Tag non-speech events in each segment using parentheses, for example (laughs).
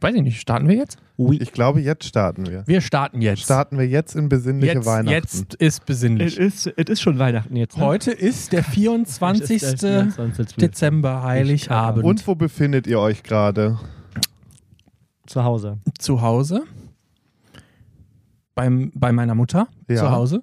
Weiß ich nicht, starten wir jetzt? Oui. Ich glaube, jetzt starten wir. Wir starten jetzt. Starten wir jetzt in besinnliche jetzt, Weihnachten. Jetzt ist besinnlich. Es ist, es ist schon Weihnachten jetzt. Ne? Heute ist der 24. Es ist der 24. Dezember, Heiligabend. Und wo befindet ihr euch gerade? Zu Hause. zu Hause. Beim, bei meiner Mutter Ja. zu Hause.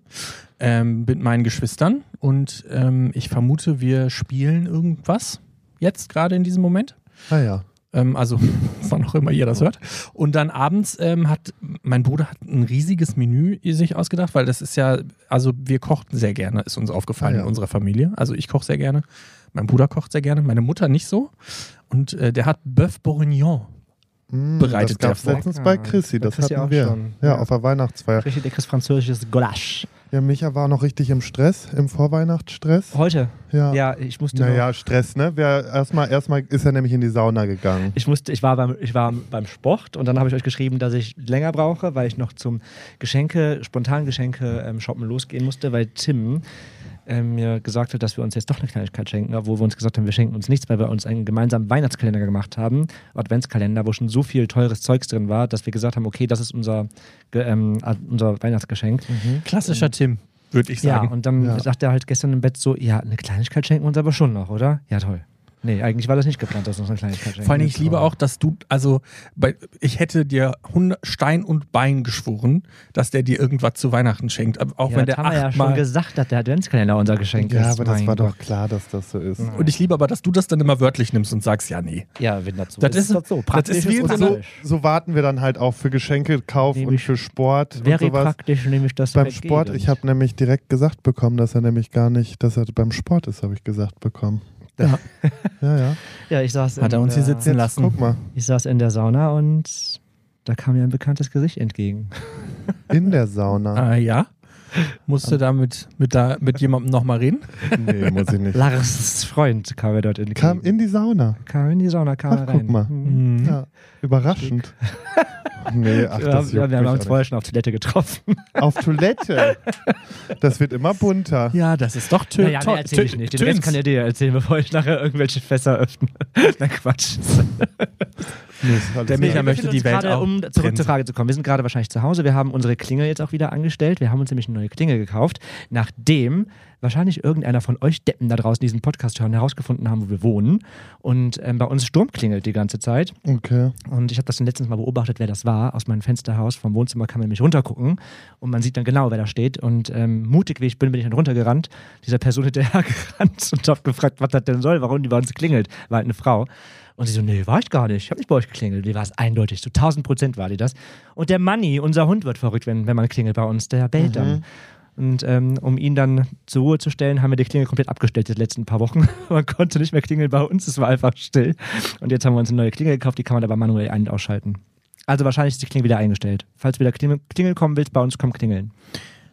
Ähm, mit meinen Geschwistern. Und ähm, ich vermute, wir spielen irgendwas jetzt gerade in diesem Moment. Naja. Ähm, also, (laughs) wann auch immer ihr das hört. Und dann abends ähm, hat mein Bruder hat ein riesiges Menü sich ausgedacht, weil das ist ja, also wir kochten sehr gerne, ist uns aufgefallen Ah, ja. in unserer Familie. Also ich koche sehr gerne, mein Bruder kocht sehr gerne, meine Mutter nicht so. Und äh, der hat Bœuf Bourguignon. Mm, Bereitet das gab der letztens vor. bei Chrissy, das Chrissy hatten auch wir. schon. Ja, Ja. auf der Weihnachtsfeier. Richtig leckeres französisches Gulasch. Ja, Micha war noch richtig im Stress, im Vorweihnachtsstress. Heute. Ja. Ja, ich musste. noch- Naja, Stress, ne? Wer erstmal erstmal ist er nämlich in die Sauna gegangen. Ich, musste, ich, war beim, ich war beim Sport und dann habe ich euch geschrieben, dass ich länger brauche, weil ich noch zum Geschenke, spontan Geschenke ähm, shoppen losgehen musste, weil Tim ähm, mir gesagt hat, dass wir uns jetzt doch eine Kleinigkeit schenken, obwohl wir uns gesagt haben, wir schenken uns nichts, weil wir uns einen gemeinsamen Weihnachtskalender gemacht haben, Adventskalender, wo schon so viel teures Zeugs drin war, dass wir gesagt haben, okay, das ist unser, Ge- ähm, unser Weihnachtsgeschenk. Klassischer Tim, würde Mhm. ich Ja, sagen. und dann Ja. sagte er halt gestern im Bett so, ja, eine Kleinigkeit schenken wir uns aber schon noch, oder? Ja, toll. Nee, eigentlich war das nicht geplant, dass wir uns eine Kleinigkeit schenken. Vor allem, ich liebe auch, dass du, also, bei, ich hätte dir Hund, Stein und Bein geschworen, dass der dir irgendwas zu Weihnachten schenkt. Aber Auch Ja, wenn das der haben wir ja schon achtmal. gesagt, dass der Adventskalender unser Geschenk ist. Ja, aber das Mein war doch Gott. klar, dass das so ist. und ich liebe aber, dass du das dann immer wörtlich nimmst und sagst, ja, nee. Ja, wenn das so Das ist, ist- ist das so. das Praktisch ist wie in Und so- so, praktisch. so warten wir dann halt auch für Geschenkekauf und Nämlich für Sport und Very sowas. praktisch, nämlich das Beim vergeht Sport, uns. ich habe nämlich direkt gesagt bekommen, dass er nämlich gar nicht, dass er beim Sport ist, habe ich gesagt bekommen. Ja. (laughs) Ja, ja. Ja, ich saß, Hat er in uns hier der, sitzen Jetzt lassen. guck mal. ich saß in der Sauna und da kam mir ein bekanntes Gesicht entgegen. In der Sauna. Ah, ja. Musst du da mit, mit, da, mit jemandem nochmal reden? Nee, muss ich nicht. Lars' Freund kam mir dort entgegen. (laughs) Kam in die Sauna. kam in die Sauna, kam Ach, rein. guck mal. Mhm. Mhm. Ja, überraschend. (laughs) Nee, ach, das ja, juckt wir mich haben uns auch vorher schon auf Toilette getroffen. nicht. Auf Toilette. Das wird immer bunter. Ja, das ist doch tö Naja, to- nee, erzähl tö- ich nicht. Den Töns. Rest kann er dir erzählen, bevor ich nachher irgendwelche Fässer öffne. (laughs) Nein, Quatsch. Nee, ist alles Der klar. Micha Wir möchte befinden die uns Welt gerade, auch Um zurück trennen. zur Frage zu kommen. Wir sind gerade wahrscheinlich zu Hause. Wir haben unsere Klingel jetzt auch wieder angestellt. Wir haben uns nämlich eine neue Klingel gekauft, nachdem wahrscheinlich irgendeiner von euch Deppen da draußen die diesen Podcast hören, herausgefunden haben, wo wir wohnen. Und ähm, bei uns Sturm klingelt die ganze Zeit. Okay. Und ich habe das dann letztens mal beobachtet, wer das war. Aus meinem Fensterhaus vom Wohnzimmer kann man nämlich runtergucken und man sieht dann genau, wer da steht. Und ähm, mutig wie ich bin, bin ich dann runtergerannt, dieser Person (laughs) hinterhergerannt und habe gefragt, was das denn soll, warum die bei uns klingelt. War halt eine Frau. Und sie so, nee, war ich gar nicht. Ich habe nicht bei euch geklingelt. Die war es eindeutig. Zu 1000 Prozent war die das. Und der Manni, unser Hund, wird verrückt, wenn, wenn man klingelt bei uns. Der bellt dann. Und ähm, um ihn dann zur Ruhe zu stellen, haben wir die Klingel komplett abgestellt die letzten paar Wochen. (laughs) man konnte nicht mehr klingeln bei uns, es war einfach still. Und jetzt haben wir uns eine neue Klingel gekauft, die kann man aber manuell ein- und ausschalten. Also wahrscheinlich ist die Klingel wieder eingestellt. Falls du wieder Klingel, Klingel kommen willst, bei uns komm klingeln.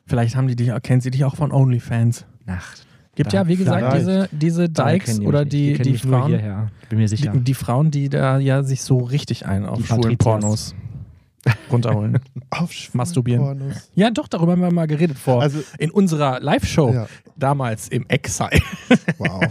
Vielleicht haben die dich, kennen sie dich auch von OnlyFans. Nacht. Gibt ja, wie gesagt, Vielleicht. diese, diese Dykes oder die, die, die mich nur Frauen, hierher. Bin mir sicher. Die, die Frauen, die da ja sich so richtig ein auf Die schwulen Patrizias. Pornos runterholen. Auf Masturbieren. Pornos. (laughs) ja, doch, darüber haben wir mal geredet vor. Also- in unserer Live-Show Ja. damals im Exile. (laughs) Wow.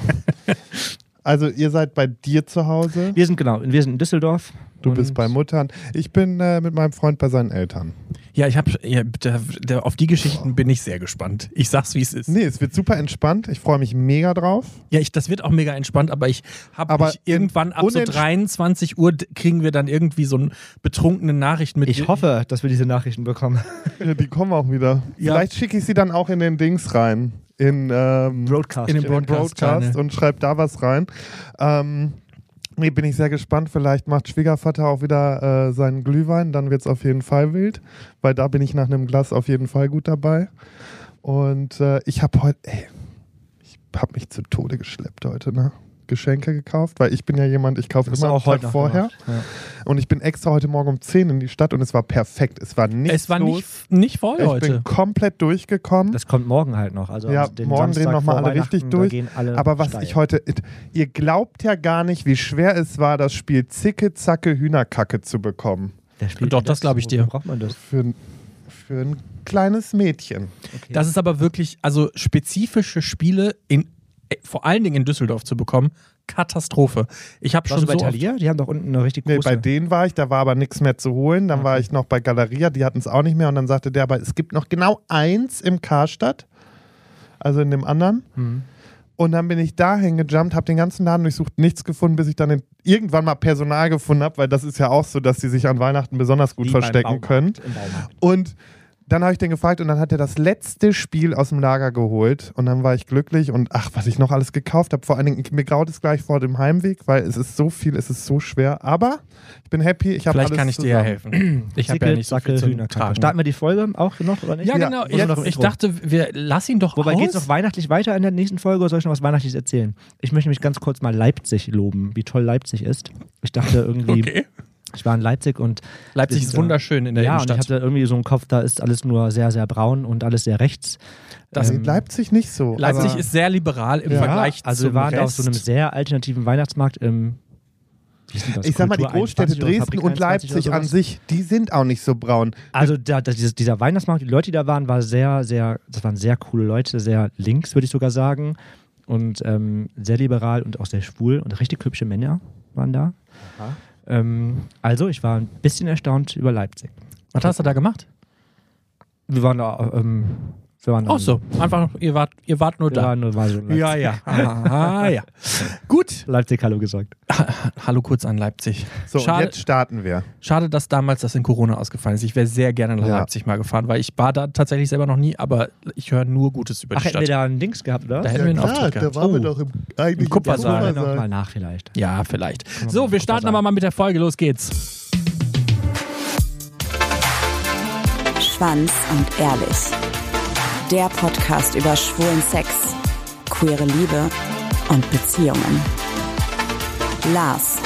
Also ihr seid bei dir zu Hause. wir sind genau, wir sind in Düsseldorf. Du und- bist bei Muttern. Ich bin äh, mit meinem Freund bei seinen Eltern. Ja, ich habe ja, da, da, auf die Geschichten bin ich sehr gespannt. Ich sag's, wie es ist. Nee, es wird super entspannt. Ich freue mich mega drauf. Ja, ich, das wird auch mega entspannt, aber ich habe Aber mich irgendwann ab so unents- 23 Uhr d- kriegen wir dann irgendwie so eine betrunkene Nachricht mit. Ich hoffe, dass wir diese Nachrichten (laughs) bekommen. Ja, die kommen auch wieder. Ja. Vielleicht schicke ich sie dann auch in den Dings rein. In, ähm, Broadcast. In den in den Broadcast, Broadcast Channel. ne? und schreibe da was rein. Ähm, nee, bin ich sehr gespannt. Vielleicht macht Schwiegervater auch wieder äh, seinen Glühwein. Dann wird es auf jeden Fall wild, weil da bin ich nach einem Glas auf jeden Fall gut dabei. Und äh, ich habe heute, ey, ich habe mich zu Tode geschleppt heute, ne? Geschenke gekauft, weil ich bin ja jemand, ich kaufe Hast du immer auch einen heute Tag noch vorher. gemacht, ja. Und ich bin extra heute Morgen um 10 in die Stadt und es war perfekt. Es war nichts es war los. nicht, nicht voll ich heute. bin komplett durchgekommen. Das kommt morgen halt noch. Also Ja, am- den morgen drehen Samstag noch mal vor alle richtig Weihnachten, da durch. Gehen alle Aber was steil. ich heute. Ihr glaubt ja gar nicht, wie schwer es war, das Spiel Zicke, Zacke, Hühnerkacke zu bekommen. Der spielt Doch, das glaub ich dir. Wofür braucht man das? Für, ein- für ein kleines Mädchen. Das ist aber wirklich, also spezifische Spiele in äh, vor allen Dingen in Düsseldorf zu bekommen, Katastrophe. Ich habe schon Warst du bei so oft- Thalia? Die haben doch unten eine richtig Nee, große. Hm. Mhm. bei denen war ich, da war aber nichts mehr zu holen. Dann war ich noch bei Galeria, die hatten es auch nicht mehr. Und dann sagte der, aber es gibt noch genau eins im Karstadt, also in dem anderen. Hm. Und dann bin ich da hingejumpt, habe den ganzen Laden durchsucht, nichts gefunden, bis ich dann in- irgendwann mal Personal gefunden habe, weil das ist ja auch so, dass die sich an Weihnachten besonders gut Wie beim verstecken Baumarkt, können. Im Baumarkt. Und dann habe ich den gefragt und dann hat er das letzte Spiel aus dem Lager geholt und dann war ich glücklich und ach, was ich noch alles gekauft habe. Vor allen Dingen, mir graut es gleich vor dem Heimweg, weil es ist so viel, es ist so schwer. Aber ich bin happy, ich habe Vielleicht alles kann ich dir ja zusammen. helfen. Ich habe ja Sickel, nicht so Sackel, viel zum Hühnerkacke. Tragen. Starten wir die Folge auch noch, oder nicht? Ja, Ja, genau. muss man noch Jetzt, im ich Intro. dachte, wir lass ihn doch Wobei aus. geht es noch weihnachtlich weiter in der nächsten Folge oder soll ich noch was Weihnachtliches erzählen? Ich möchte mich ganz kurz mal Leipzig loben, wie toll Leipzig ist. Ich dachte irgendwie, Okay. ich war in Leipzig und Leipzig Das ist ist, äh, wunderschön in der ja, und ich Innenstadt. hatte irgendwie so einen Kopf, da ist alles nur sehr, sehr braun und alles sehr rechts. Ähm, Das- Nee, Also, Leipzig nicht so. Ähm, Leipzig aber ist sehr liberal im Ja, Vergleich Also zum wir waren Rest. da auf so einem sehr alternativen Weihnachtsmarkt im wie ist denn das? ich sag mal, die Kultur Großstädte 21 oder Dresden Fabrik und 21 oder Leipzig an sowas? sich, die sind auch nicht so braun. Also da, da, dieses, dieser Weihnachtsmarkt, die Leute, die da waren, war sehr, sehr, das waren sehr coole Leute, sehr links, würde ich sogar sagen. Und ähm, sehr liberal und auch sehr schwul und richtig hübsche Männer waren da. Aha. Ähm, also ich war ein bisschen erstaunt über Leipzig. Was hast du da gemacht? Wir waren da, ähm, wir waren da- Ach so, einfach, ihr wart, Mhm. ihr wart nur wir da. waren, wir waren so in Leipzig. ja. Aha, ja. Gut. Leipzig Hallo gesagt. Hallo kurz an Leipzig. So, und Schade, jetzt starten wir. schade, dass damals das in Corona ausgefallen ist. Ich wäre sehr gerne nach Ja. Leipzig mal gefahren, weil ich war da tatsächlich selber noch nie, aber ich höre nur Gutes über Ach, die hätten wir Stadt. da ein Dings gehabt, oder? Da hätten wir einen Auftritt gehabt. Oh. im, eigentlich Im Kupfersaal. Sagen wir noch mal nach vielleicht. Ja, vielleicht. So, wir starten sagen. aber mal mit der Folge. Los geht's. Schwanz und Ehrlich. Der Podcast über schwulen Sex, queere Liebe und Beziehungen. Lars,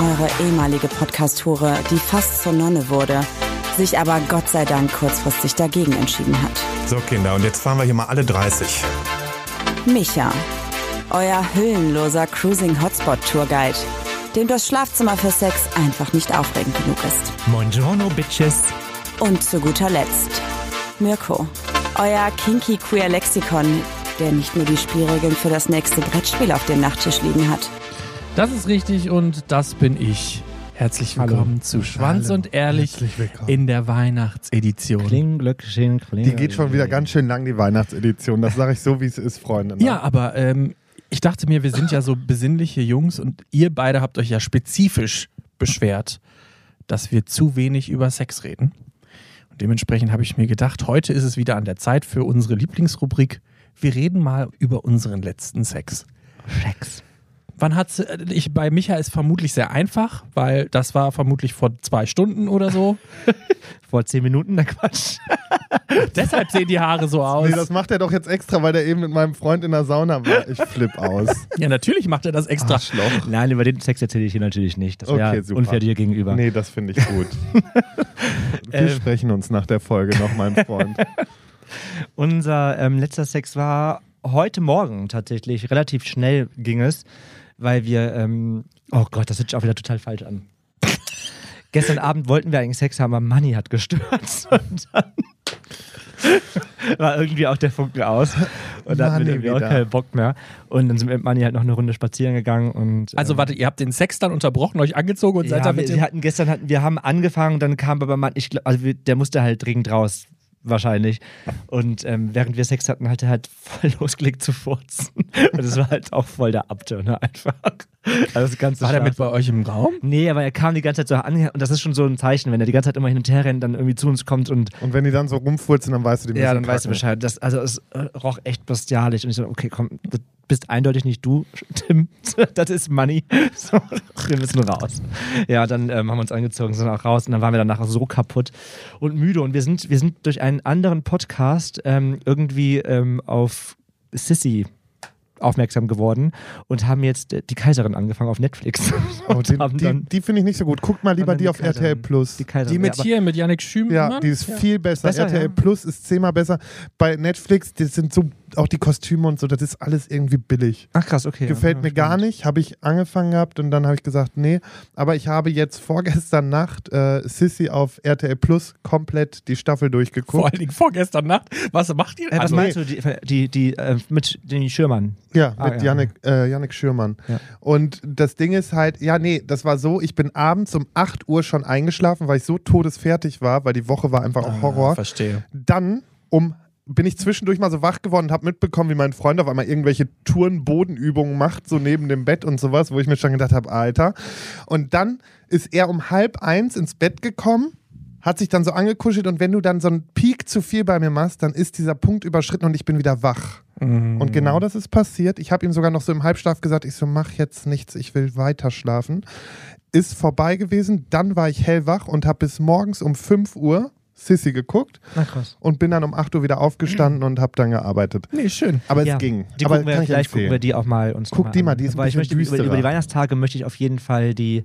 eure ehemalige Podcast-Hure, die fast zur Nonne wurde, sich aber Gott sei Dank kurzfristig dagegen entschieden hat. So, Kinder, und jetzt fahren wir hier mal alle 30. Micha, euer hüllenloser Cruising Hotspot Tourguide, dem das Schlafzimmer für Sex einfach nicht aufregend genug ist. Buongiorno, Bitches. Und zu guter Letzt Mirko, euer kinky queer Lexikon, der nicht nur die Spielregeln für das nächste Brettspiel auf dem Nachttisch liegen hat. Das ist richtig und das bin ich. Herzlich willkommen zu Schwanz Hallo. und Ehrlich Herzlich willkommen. in der Weihnachtsedition. Kling, Glöckchen, Kling. Die geht schon wieder ganz schön lang, die Weihnachtsedition. Das sage ich so, wie es ist, Freunde. ne? Ja, aber ähm, ich dachte mir, wir sind ja so besinnliche Jungs und ihr beide habt euch ja spezifisch beschwert, dass wir zu wenig über Sex reden. Und dementsprechend habe ich mir gedacht, heute ist es wieder an der Zeit für unsere Lieblingsrubrik. Wir reden mal über unseren letzten Sex. Sex. Wann hat's äh, ich bei Micha ist vermutlich sehr einfach, weil das war vermutlich vor zwei Stunden oder (laughs) so. Vor zehn Minuten, der Quatsch. Deshalb sehen die Haare so aus. Nee, das macht er doch jetzt extra, weil er eben mit meinem Freund in der Sauna war. Ich flipp (laughs) aus. ja, natürlich macht er das extra. Arschloch. (laughs) Nein, über den Sex erzähle ich hier natürlich nicht. Das wäre Okay, super. unfair dir gegenüber. Nee, das finde ich gut. (laughs) Äh, Wir sprechen uns nach der Folge noch, mein (laughs) Freund. Unser ähm, letzter Sex war heute Morgen tatsächlich. Relativ schnell ging es, weil wir. Ähm, oh Gott, das hört sich auch wieder total falsch an. (laughs) Gestern Abend wollten wir eigentlich Sex haben, aber Manni hat gestört. (laughs) Und dann war irgendwie auch der Funken aus. Und dann hatten wir Manni irgendwie auch wieder. keinen Bock mehr. Und dann sind wir mit Manni halt noch eine Runde spazieren gegangen. Und, Also ähm, warte, ihr habt den Sex dann unterbrochen, euch angezogen und seid ja, dann mit wir, dem wir hatten gestern hatten wir haben angefangen, dann kam aber man, ich glaub, also wir, der musste halt dringend raus wahrscheinlich und ähm, während wir Sex hatten, hat er halt (laughs) voll losgelegt zu furzen und es war halt auch voll der Abturner einfach. Also das ganze War der mit Schlaf- bei euch im Raum? Nee, aber er kam die ganze Zeit so an und das ist schon so ein Zeichen, wenn er die ganze Zeit immer hin und her rennt, dann irgendwie zu uns kommt und Und wenn die dann so rumfurzen, dann weißt du, die ja, müssen dann weißt du kacken. Bescheid. Das, also es äh, roch echt bestialisch. Und ich so, okay, komm, du bist eindeutig nicht du, (laughs) Tim. Das ist Money. (laughs) So, wir müssen raus. Ja, dann ähm, haben wir uns angezogen, sind auch raus und dann waren wir danach so kaputt und müde. Und wir sind, wir sind durch einen anderen Podcast ähm, irgendwie ähm, auf Sissy aufmerksam geworden und haben jetzt äh, die Kaiserin angefangen auf Netflix. (laughs) Oh, die haben die, dann- die finde ich nicht so gut. Guckt mal lieber dann die, die auf Kaiserin. RTL Plus. die Kaiserin. Die mit ja, aber- hier, mit Yannick Schümmann? Ja, die ist viel besser. Besser, RTL ja. Plus ist zehnmal besser. Bei Netflix, die sind so auch die Kostüme und so, das ist alles irgendwie billig. Ach krass, okay. Gefällt mir gar nicht, habe ich angefangen gehabt und dann habe ich gesagt, nee. Aber ich habe jetzt vorgestern Nacht äh, Sissy auf RTL Plus komplett die Staffel Vor durchgeguckt. allen Dingen vorgestern Nacht. Was macht ihr? Hey, was Also, meinst du, die, die, die äh, mit den Schirmern? Ja, Ah, mit ja. Yannick, äh, Yannick Schürmann. Ja. Und das Ding ist halt, ja, nee, das war so, ich bin abends um 8 Uhr schon eingeschlafen, weil ich so todesfertig war, weil die Woche war einfach Ah, auch Horror. Verstehe. dann um bin ich zwischendurch mal so wach geworden und habe mitbekommen, wie mein Freund auf einmal irgendwelche Touren-Bodenübungen macht, so neben dem Bett und sowas, wo ich mir schon gedacht habe, Alter. Und dann ist er um halb eins ins Bett gekommen, hat sich dann so angekuschelt und wenn du dann so einen Peak zu viel bei mir machst, dann ist dieser Punkt überschritten und ich bin wieder wach. Und genau das ist passiert. Ich habe ihm sogar noch so im Halbschlaf gesagt, ich so, mach jetzt nichts, ich will weiter schlafen. Ist vorbei gewesen, dann war ich hellwach und habe bis morgens um 5 Uhr Sissy geguckt Na krass. und bin dann um 8 Uhr wieder aufgestanden und habe dann gearbeitet. Nee, schön. Aber Ja, es ging. Die Aber gucken wir, kann ich vielleicht gucken wir empfehlen. die auch mal uns Guck mal die mal, an. die ist ein Weil ich möchte bisschen über, über die düsterer. Weihnachtstage möchte ich auf jeden Fall die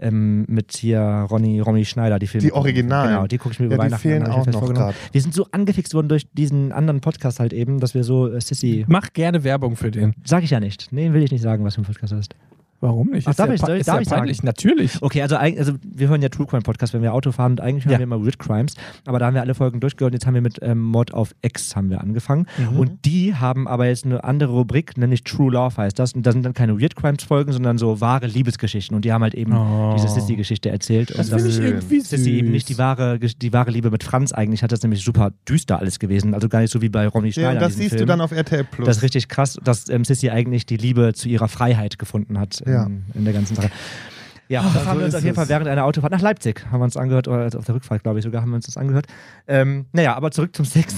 ähm, mit hier Ronny, Ronny Schneider, die Filme. Die gucken. originalen. Genau, die gucke ich mir über ja, die Weihnachten fehlen an, hab ich mir auch fest noch vorgenommen. da. Wir sind so angefixt worden durch diesen anderen Podcast halt eben, dass wir so äh, Sissy. Mach gerne Werbung für den. Sag ich ja nicht. Nee, will ich nicht sagen, was für ein Podcast das ist. Warum nicht? Ach, ist darf ja ich- pe- soll ich- ist darf ja ich sagen? peinlich. Natürlich. Okay, also, eigentlich- also wir hören ja True Crime Podcast, wenn wir Auto fahren und eigentlich hören Ja. wir immer Weird Crimes, aber da haben wir alle Folgen durchgehört und jetzt haben wir mit ähm, Mord auf Ex haben wir angefangen Mhm. und die haben aber jetzt eine andere Rubrik, nämlich True Love heißt das und da sind dann keine Weird Crimes Folgen, sondern so wahre Liebesgeschichten und die haben halt eben Oh. diese Sissy-Geschichte erzählt und Das finde ich Schön. irgendwie süß. Sissy eben nicht die wahre, Gesch- die wahre Liebe mit Franz eigentlich, hat das nämlich super düster alles gewesen, also gar nicht so wie bei Ronny Schneider. Ja, und in das diesem siehst Film. du dann auf RTL Plus. Das ist richtig krass, dass ähm, Sissy eigentlich die Liebe zu ihrer Freiheit gefunden hat in, Ja. Ah, in der ganzen Sache. Ja, das haben wir uns ist auf jeden es. Fall während einer Autofahrt nach Leipzig haben wir uns angehört, oder auf der Rückfahrt, glaube ich, sogar haben wir uns das angehört. Ähm, naja, aber zurück zum Sex.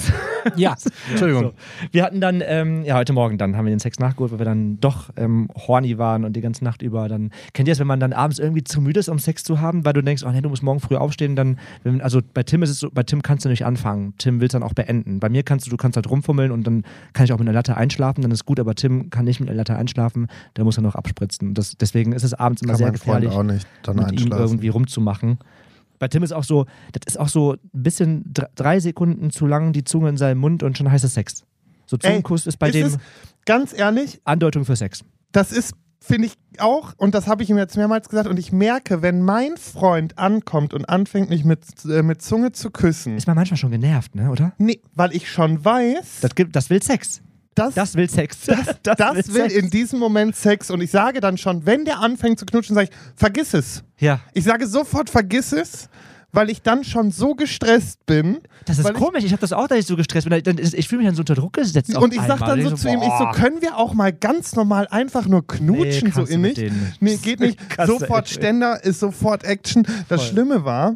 Ja, Entschuldigung. (laughs) So. Wir hatten dann, ähm, ja, heute Morgen dann haben wir den Sex nachgeholt, weil wir dann doch ähm, horny waren und die ganze Nacht über dann. Kennt ihr das, wenn man dann abends irgendwie zu müde ist, um Sex zu haben, weil du denkst, oh nee, du musst morgen früh aufstehen, dann, wenn, also bei Tim ist es so, bei Tim kannst du nicht anfangen. Tim will es dann auch beenden. Bei mir kannst du, du kannst halt rumfummeln und dann kann ich auch mit einer Latte einschlafen, dann ist gut, aber Tim kann nicht mit einer Latte einschlafen, der muss dann noch abspritzen. Das, deswegen ist es abends immer kann sehr mein Freund gefährlich auch nicht dann mit ihm einschlafen. irgendwie rumzumachen. Bei Tim ist auch so, das ist auch so ein bisschen dr- drei Sekunden zu lang die Zunge in seinem Mund und schon heißt es Sex. So Zungenkuss ist bei ist dem es, ganz ehrlich, Andeutung für Sex. das ist, finde ich auch, und das habe ich ihm jetzt mehrmals gesagt, und ich merke, wenn mein Freund ankommt und anfängt, mich mit, äh, mit Zunge zu küssen, Ist man manchmal schon genervt, ne, oder? nee, weil ich schon weiß, Das, gibt, das will Sex. dass Das will Sex. (laughs) Das, (laughs) das will Sex. in diesem Moment Sex. Und ich sage dann schon, wenn der anfängt zu knutschen, sage ich, vergiss es. Ja. Ich sage sofort, vergiss es, weil ich dann schon so gestresst bin. Das ist weil ich- komisch. Ich habe das auch da nicht so gestresst. bin. Dann ist- Ich fühle mich dann so unter Druck gesetzt. auf Und ich sag einmal. dann so zu ihm, ich so, boah. können wir auch mal ganz normal einfach nur knutschen, Nee, so kannst du mit innig? denen nicht. Nee, geht (laughs) nicht. Kannst du sofort echt nicht. Ständer ist sofort Action. Das (laughs) Schlimme war,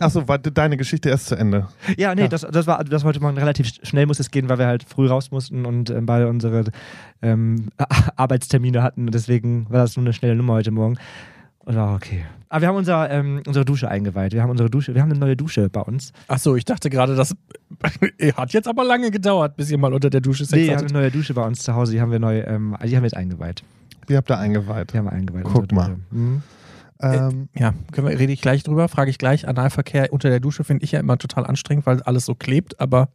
achso, war de- deine Geschichte erst zu Ende. Ja, nee, Das, das war das war heute Morgen relativ sch- schnell muss es gehen, weil wir halt früh raus mussten und ähm, beide unsere ähm, Arbeitstermine hatten. Und Deswegen war das nur eine schnelle Nummer heute Morgen. Und war okay. Aber wir haben unser, ähm, unsere Dusche eingeweiht. Wir haben unsere Dusche, wir haben eine neue Dusche bei uns. Ach so, ich dachte gerade, das (laughs) hat jetzt aber lange gedauert, bis ihr mal unter der Dusche Sex nee, also wir haben hattet. eine neue Dusche bei uns zu Hause. Die haben wir neu, ähm, die haben wir jetzt eingeweiht. Die habt ihr eingeweiht. Die haben wir eingeweiht. Guck unsere mal. Dusche. Mhm. Ähm, Ja, können wir, rede ich gleich drüber, frage ich gleich. Analverkehr unter der Dusche finde ich ja immer total anstrengend, weil alles so klebt, aber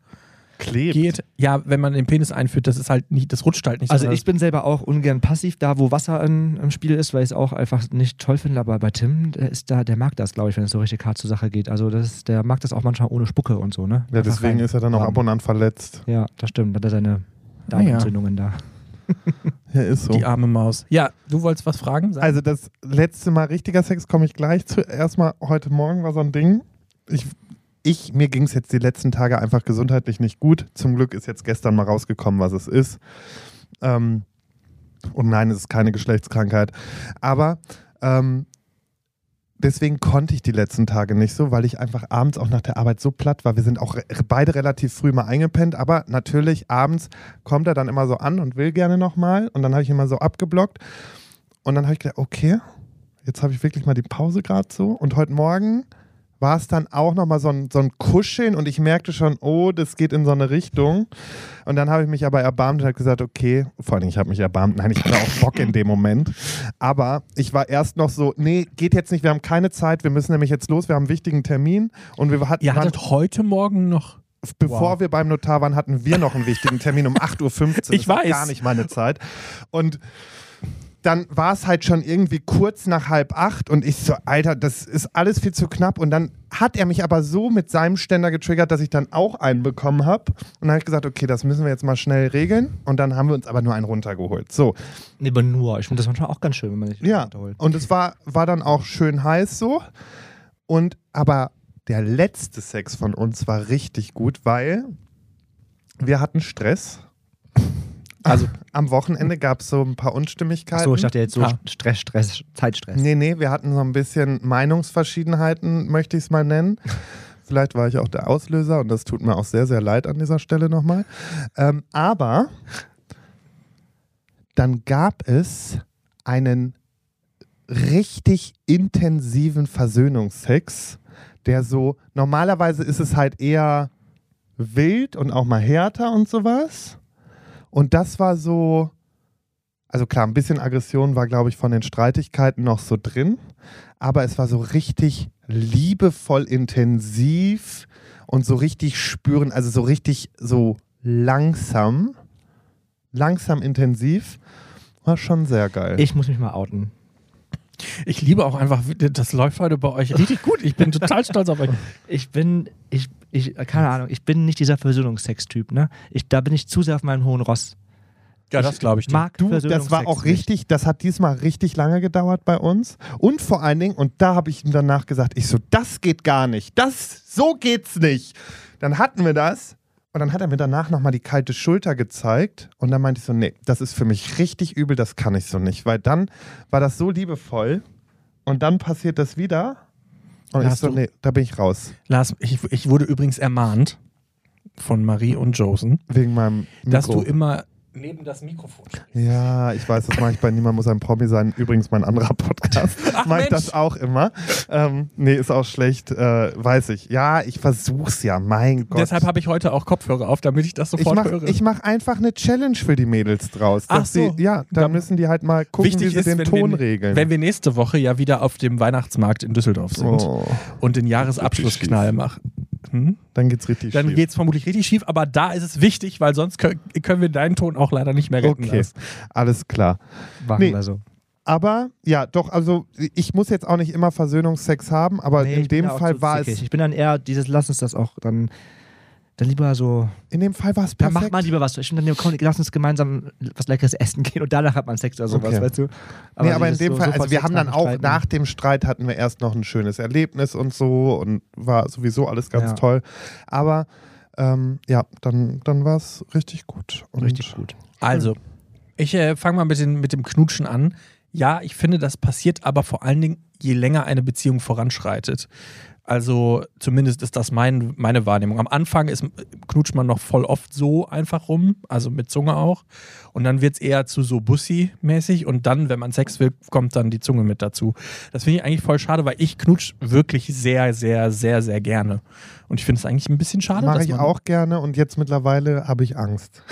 Klebt. geht. Ja, wenn man den Penis einführt, das ist halt nicht, das rutscht halt nicht. Also sondern ich bin selber auch ungern passiv da, wo Wasser in, im Spiel ist, weil ich es auch einfach nicht toll finde. Aber bei Tim der ist da, der mag das, glaube ich, wenn es so richtig hart zur Sache geht. Also das, der mag das auch manchmal ohne Spucke und so, ne? Ja, Einfach deswegen rein. ist er dann auch ab und an verletzt. Ja, das stimmt. Hat er seine Ah, ja. Darmentzündungen da. Ja, ist so. die arme Maus. Ja, du wolltest was fragen? Sag- Also das letzte Mal richtiger Sex komme ich gleich zu. Erstmal heute Morgen war so ein Ding. Ich, ich mir ging es jetzt die letzten Tage einfach gesundheitlich nicht gut. Zum Glück ist jetzt gestern mal rausgekommen, was es ist. Ähm, und nein, es ist keine Geschlechtskrankheit. Aber ähm, deswegen konnte ich die letzten Tage nicht so, weil ich einfach abends auch nach der Arbeit so platt war. Wir sind auch re beide relativ früh mal eingepennt, aber natürlich abends kommt er dann immer so an und will gerne nochmal. Und dann habe ich ihn mal so abgeblockt. Und dann habe ich gedacht, okay, jetzt habe ich wirklich mal die Pause gerade so. Und heute Morgen war es dann auch nochmal so ein, so ein Kuscheln und ich merkte schon, oh, das geht in so eine Richtung. Und dann habe ich mich aber erbarmt und habe gesagt, okay, vor allen Dingen, ich habe mich erbarmt. Nein, ich hatte auch Bock in dem Moment. Aber ich war erst noch so, nee, geht jetzt nicht, wir haben keine Zeit, wir müssen nämlich jetzt los, wir haben einen wichtigen Termin. Und wir hatten ihr waren- hattet heute Morgen noch bevor Wow. wir beim Notar waren, hatten wir noch einen wichtigen Termin um 8.15 Uhr. (laughs) Das Ich war weiß. Gar nicht meine Zeit. Und dann war es halt schon irgendwie kurz nach halb acht und ich so, Alter, das ist alles viel zu knapp. Und dann hat er mich aber so mit seinem Ständer getriggert, dass ich dann auch einen bekommen habe. Und dann habe ich gesagt, okay, das müssen wir jetzt mal schnell regeln. Und dann haben wir uns aber nur einen runtergeholt. So, Nee, aber nur. Ich finde das manchmal auch ganz schön, wenn man sich ja. runterholt. Und es war, war dann auch schön heiß so. Und aber der letzte Sex von uns war richtig gut, weil wir hatten Stress. Also am Wochenende gab es so ein paar Ach Unstimmigkeiten. so, ich dachte jetzt so Ah. Stress, Stress, Zeitstress. Nee, nee, wir hatten so ein bisschen Meinungsverschiedenheiten, möchte ich es mal nennen. Vielleicht war ich auch der Auslöser und das tut mir auch sehr, sehr leid an dieser Stelle nochmal. Ähm, aber dann gab es einen richtig intensiven Versöhnungsex, der so, normalerweise ist es halt eher wild und auch mal härter und sowas. Und das war so, also klar, ein bisschen Aggression war, glaube ich, von den Streitigkeiten noch so drin, aber es war so richtig liebevoll intensiv und so richtig spüren, also so richtig so langsam, langsam intensiv, war schon sehr geil. Ich muss mich mal outen. Ich liebe auch einfach, wie- das läuft heute bei euch richtig gut. Ich bin total stolz auf euch. Ich bin, ich, ich, keine Ahnung, ich bin nicht dieser Versöhnungsex-Typ, ne? Ich, da bin ich zu sehr auf meinem hohen Ross. Ja, das glaube ich. dir. Mag Du, das war Versöhnungsex auch nicht. richtig, das hat diesmal richtig lange gedauert bei uns. Und vor allen Dingen, und da habe ich ihm danach gesagt, ich so, das geht gar nicht, das, so geht's nicht. Dann hatten wir das und dann hat er mir danach nochmal die kalte Schulter gezeigt und dann meinte ich so, nee, das ist für mich richtig übel, das kann ich so nicht, weil dann war das so liebevoll und dann passiert das wieder und Ja, ich hast so, du- nee, da bin ich raus, Lars, ich, ich wurde übrigens ermahnt von Marie und Josen, wegen meinem Mikro. dass du immer neben das Mikrofon sprichst. Ja, ich weiß, das mache ich bei Niemand muss ein Promi sein. Übrigens mein anderer Podcast. (laughs) Ach, mache ich Mensch. das auch immer. Ähm, nee, ist auch schlecht. Äh, weiß ich. Ja, ich versuch's ja. Mein Gott. Deshalb habe ich heute auch Kopfhörer auf, damit ich das ich sofort mach, höre. ich mach einfach eine Challenge für die Mädels draus. Ach dass so. Die, ja, dann Dann- müssen die halt mal gucken, wie sie den wenn Ton wir, ne- regeln. Wenn wir nächste Woche ja wieder auf dem Weihnachtsmarkt in Düsseldorf sind oh, und den Jahresabschlussknall machen, hm? dann geht's richtig dann schief. geht es vermutlich richtig schief, aber da ist es wichtig, weil sonst kö- können wir deinen Ton auch leider nicht mehr retten. Okay, Lars. alles klar. Machen Nee. wir so. Aber ja, doch, also ich muss jetzt auch nicht immer Versöhnungsex haben, aber Nee, in ich bin dem da auch Fall zu war zickig. es. Ich bin dann eher dieses, lass uns das auch dann, dann lieber so, In dem Fall war es dann perfekt. macht man lieber was. Ich finde dann, komm, lass uns gemeinsam was Leckeres essen gehen und danach hat man Sex oder sowas, Okay. weißt du? nee, aber in dieses dem so- Fall, sofort also wir Sex haben dann haben, auch streiten. nach dem Streit hatten wir erst noch ein schönes Erlebnis und so und war sowieso alles ganz Ja. toll. Aber ähm, ja, dann, dann war es richtig gut. Und Richtig gut. Hm. Also, ich äh, fange mal mit, den, mit dem Knutschen an. Ja, ich finde, das passiert aber vor allen Dingen, je länger eine Beziehung voranschreitet. Also, zumindest ist das mein, meine Wahrnehmung. Am Anfang ist, knutscht man noch voll oft so einfach rum, also mit Zunge auch. Und dann wird es eher zu so Bussi-mäßig. Und dann, wenn man Sex will, kommt dann die Zunge mit dazu. Das finde ich eigentlich voll schade, weil ich knutsch wirklich sehr, sehr, sehr, sehr gerne. Und ich finde es eigentlich ein bisschen schade. Mache dass ich man- auch gerne und jetzt mittlerweile habe (laughs) ich Angst.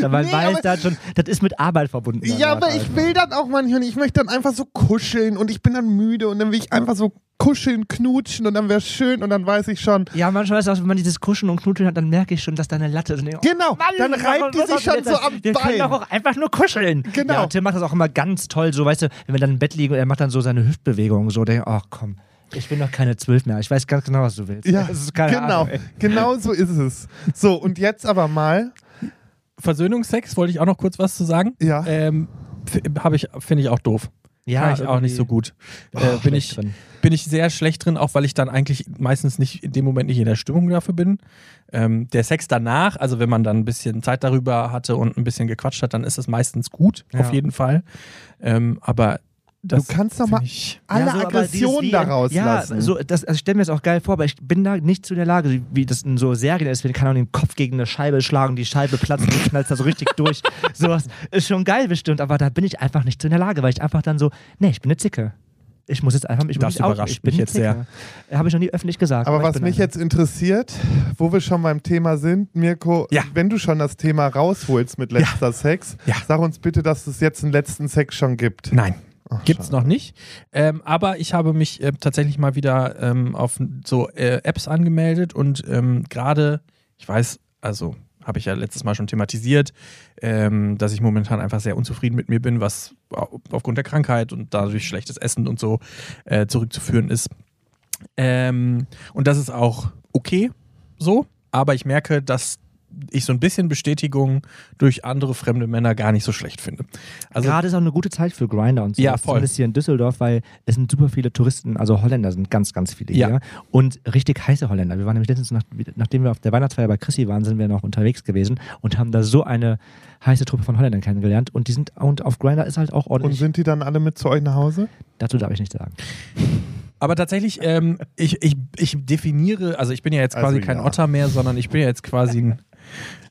Da man Nee, weiß aber- dann schon, das ist mit Arbeit verbunden. halt. Ja, aber ich will dann auch manchmal und ich möchte dann einfach so kuscheln und ich bin dann müde und dann will ich einfach so kuscheln, knutschen und dann wäre es schön und dann weiß ich schon. Ja, manchmal ist das, wenn man dieses Kuscheln und Knutschen hat, dann merke ich schon, dass da eine Latte ist. Und ich- Genau, Mann, dann warum- reibt die warum sich schon wird so das- am Wir können doch Bein. auch einfach nur kuscheln. Genau. Ja, und Tim macht das auch immer ganz toll, so, weißt du, wenn wir dann im Bett liegen und er macht dann so seine Hüftbewegungen, so, denke ach komm, ich bin doch keine Zwölf mehr, ich weiß ganz genau, was du willst. Ja, das ist keine genau, Ahnung, ey. genau so ist es. So, und jetzt aber mal Versöhnungsex wollte ich auch noch kurz was zu sagen. Ja. Ähm, f- hab ich, finde ich auch doof. Ja, Kann ich auch nicht so gut. Äh, bin, ich, drin. bin ich sehr schlecht drin, auch weil ich dann eigentlich meistens nicht in dem Moment nicht in der Stimmung dafür bin. Ähm, der Sex danach, also wenn man dann ein bisschen Zeit darüber hatte und ein bisschen gequatscht hat, dann ist es meistens gut, Ja. auf jeden Fall. Ähm, aber das Du kannst doch find mal ich, Ja, alle so, aber dieses Aggressionen wie- daraus ja, lassen. So, das, also ich stelle mir das auch geil vor, aber ich bin da nicht zu der Lage, wie das in so Serien ist. Man kann auch den Kopf gegen eine Scheibe schlagen, die Scheibe platzt, du knallst da so (laughs) richtig durch. Sowas ist schon geil bestimmt, aber da bin ich einfach nicht zu in der Lage, weil ich einfach dann so, nee, ich bin eine Zicke. Ich muss jetzt einfach, ich Das muss mich outen. überrascht ich bin mich eine jetzt Zicke. Habe ich noch nie öffentlich gesagt. Aber ich was bin mich eine. jetzt interessiert, wo wir schon beim Thema sind, Mirko, Ja. wenn du schon das Thema rausholst mit letzter Sex, Ja. sag uns bitte, dass es jetzt einen letzten Sex schon gibt. Nein. Gibt's noch nicht. Ähm, aber ich habe mich äh, tatsächlich mal wieder ähm, auf so äh, Apps angemeldet und ähm, gerade, ich weiß, also habe ich ja letztes Mal schon thematisiert, ähm, dass ich momentan einfach sehr unzufrieden mit mir bin, was au- aufgrund der Krankheit und dadurch schlechtes Essen und so äh, zurückzuführen ist. Ähm, und das ist auch okay so, aber ich merke, dass ich so ein bisschen Bestätigung durch andere fremde Männer gar nicht so schlecht finde. Also Gerade ist auch eine gute Zeit für Grinder und so. Ja, Das ist voll. Ein bisschen in Düsseldorf, weil es sind super viele Touristen, also Holländer sind ganz, ganz viele Ja. hier. Und richtig heiße Holländer. Wir waren nämlich letztens, nach, nachdem wir auf der Weihnachtsfeier bei Chrissy waren, sind wir noch unterwegs gewesen und haben da so eine heiße Truppe von Holländern kennengelernt. Und die sind, und auf Grinder ist halt auch Und ordentlich. sind die dann alle mit zu euch nach Hause? Dazu darf ich nichts sagen. Aber tatsächlich, ähm, ich, ich, ich definiere, also ich bin ja jetzt Also quasi kein ja. Otter mehr, sondern ich bin ja jetzt quasi ein,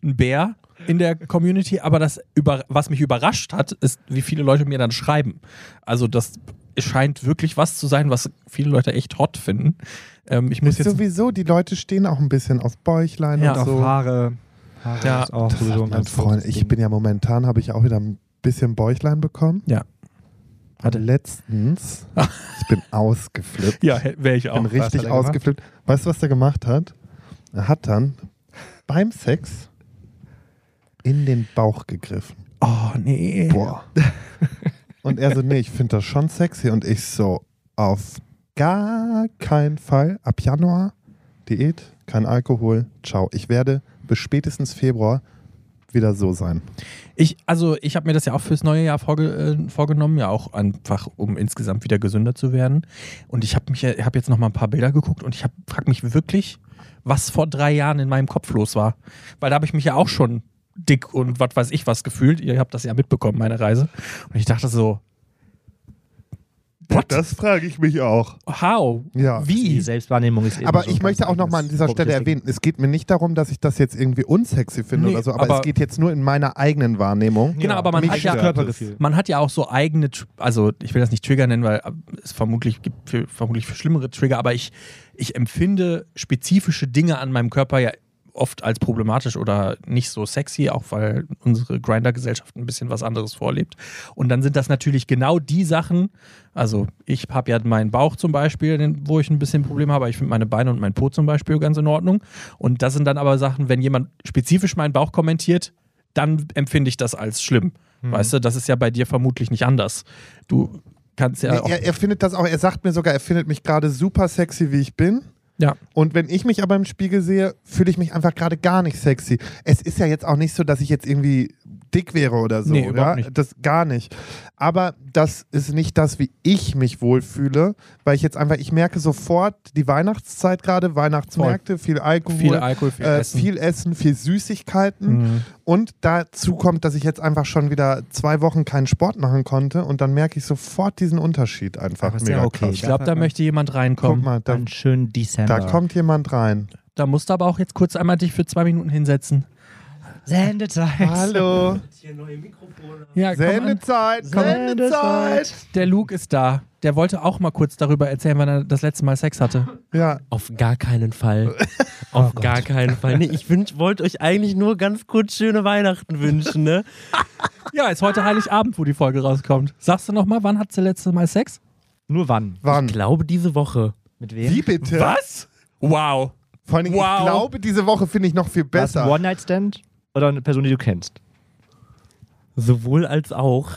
ein Bär in der Community. Aber das, über, was mich überrascht hat, ist, wie viele Leute mir dann schreiben. Also das scheint wirklich was zu sein, was viele Leute echt hot finden. Ähm, ich muss Ist jetzt, sowieso, die Leute stehen auch ein bisschen auf Bäuchlein Ja, und auf so. Haare. Haare Ja, ist auch Das sowieso hat ein mein ganz Freund, großes ich Ding. bin ja momentan, habe ich auch wieder ein bisschen Bäuchlein bekommen. Ja. Hatte letztens, ich bin ausgeflippt. ja, wäre ich Ich bin auch. richtig er gemacht? ausgeflippt. Weißt du, was er gemacht hat? Er hat dann beim Sex in den Bauch gegriffen. Oh, nee. (laughs) Boah. Und er so, nee, ich finde das schon sexy. Und ich so, auf gar keinen Fall. Ab Januar Diät, kein Alkohol, ciao. Ich werde bis spätestens Februar wieder so sein. Ich, also ich habe mir das ja auch fürs neue Jahr vorge äh, vorgenommen, ja auch einfach, um insgesamt wieder gesünder zu werden. Und ich habe mich, ja- habe jetzt noch mal ein paar Bilder geguckt und ich frage mich wirklich, was vor drei Jahren in meinem Kopf los war, weil da habe ich mich ja auch schon dick und was weiß ich was gefühlt. Ihr habt das ja mitbekommen, meine Reise. Und ich dachte so, what? Das frage ich mich auch. How? Ja. Die Wie? Selbstwahrnehmung ist eben Aber so ich ein möchte ganz auch nochmal an eigenes dieser Stelle Problem. erwähnen, es geht mir nicht darum, dass ich das jetzt irgendwie unsexy finde Nee, oder so, aber, aber- es geht jetzt nur in meiner eigenen Wahrnehmung. Genau, aber man mich hat ja stört es. Körpergefühl. Man hat ja auch so eigene, Tr- also ich will das nicht Trigger nennen, weil äh, es vermutlich gibt für, vermutlich für schlimmere Trigger, aber ich, ich empfinde spezifische Dinge an meinem Körper ja oft als problematisch oder nicht so sexy, auch weil unsere Grinder-Gesellschaft ein bisschen was anderes vorlebt. Und dann sind das natürlich genau die Sachen, also ich habe ja meinen Bauch zum Beispiel, den, wo ich ein bisschen Probleme habe, aber ich finde meine Beine und mein Po zum Beispiel ganz in Ordnung. Und das sind dann aber Sachen, wenn jemand spezifisch meinen Bauch kommentiert, dann empfinde ich das als schlimm. Mhm. Weißt du, das ist ja bei dir vermutlich nicht anders. Du kannst ja Nee, auch. er, er findet das auch, er sagt mir sogar, er findet mich gerade super sexy, wie ich bin. ja. Und wenn ich mich aber im Spiegel sehe, fühle ich mich einfach gerade gar nicht sexy. Es ist ja jetzt auch nicht so, dass ich jetzt irgendwie dick wäre oder so. Nee, überhaupt ja? nicht. Das gar nicht. Aber das ist nicht das, wie ich mich wohlfühle, weil ich jetzt einfach, ich merke sofort die Weihnachtszeit gerade, Weihnachtsmärkte, viel Alkohol, Viel Alkohol, viel äh, Essen. viel Essen, viel Süßigkeiten. Mhm. Und dazu kommt, dass ich jetzt einfach schon wieder zwei Wochen keinen Sport machen konnte und dann merke ich sofort diesen Unterschied einfach. Aber ist ja mega okay. krass. Ich glaube, da möchte jemand ne? Guck reinkommen. mal, da, Einen schönen Dezember. da kommt jemand rein. Da musst du aber auch jetzt kurz einmal dich für zwei Minuten hinsetzen. Sendezeit. Hallo. Ja, komm an. Sendezeit, Sendezeit. Sendezeit. Der Luke ist da. Der wollte auch mal kurz darüber erzählen, wann er das letzte Mal Sex hatte. Ja, Auf gar (laughs) keinen Fall. Oh Auf gar keinen Fall. Nee, ich wünsch- wollte euch eigentlich nur ganz kurz schöne Weihnachten wünschen, ne? Ja, ist heute Heiligabend, wo die Folge rauskommt. Sagst du nochmal, wann hattest du letzte Mal Sex? Nur wann? wann? Ich glaube diese Woche. Mit wem? Wie bitte? Was? Wow. Vor allem, Wow. ich glaube, diese Woche finde ich noch viel War's ein besser. One-Night-Stand oder eine Person, die du kennst? Sowohl als auch.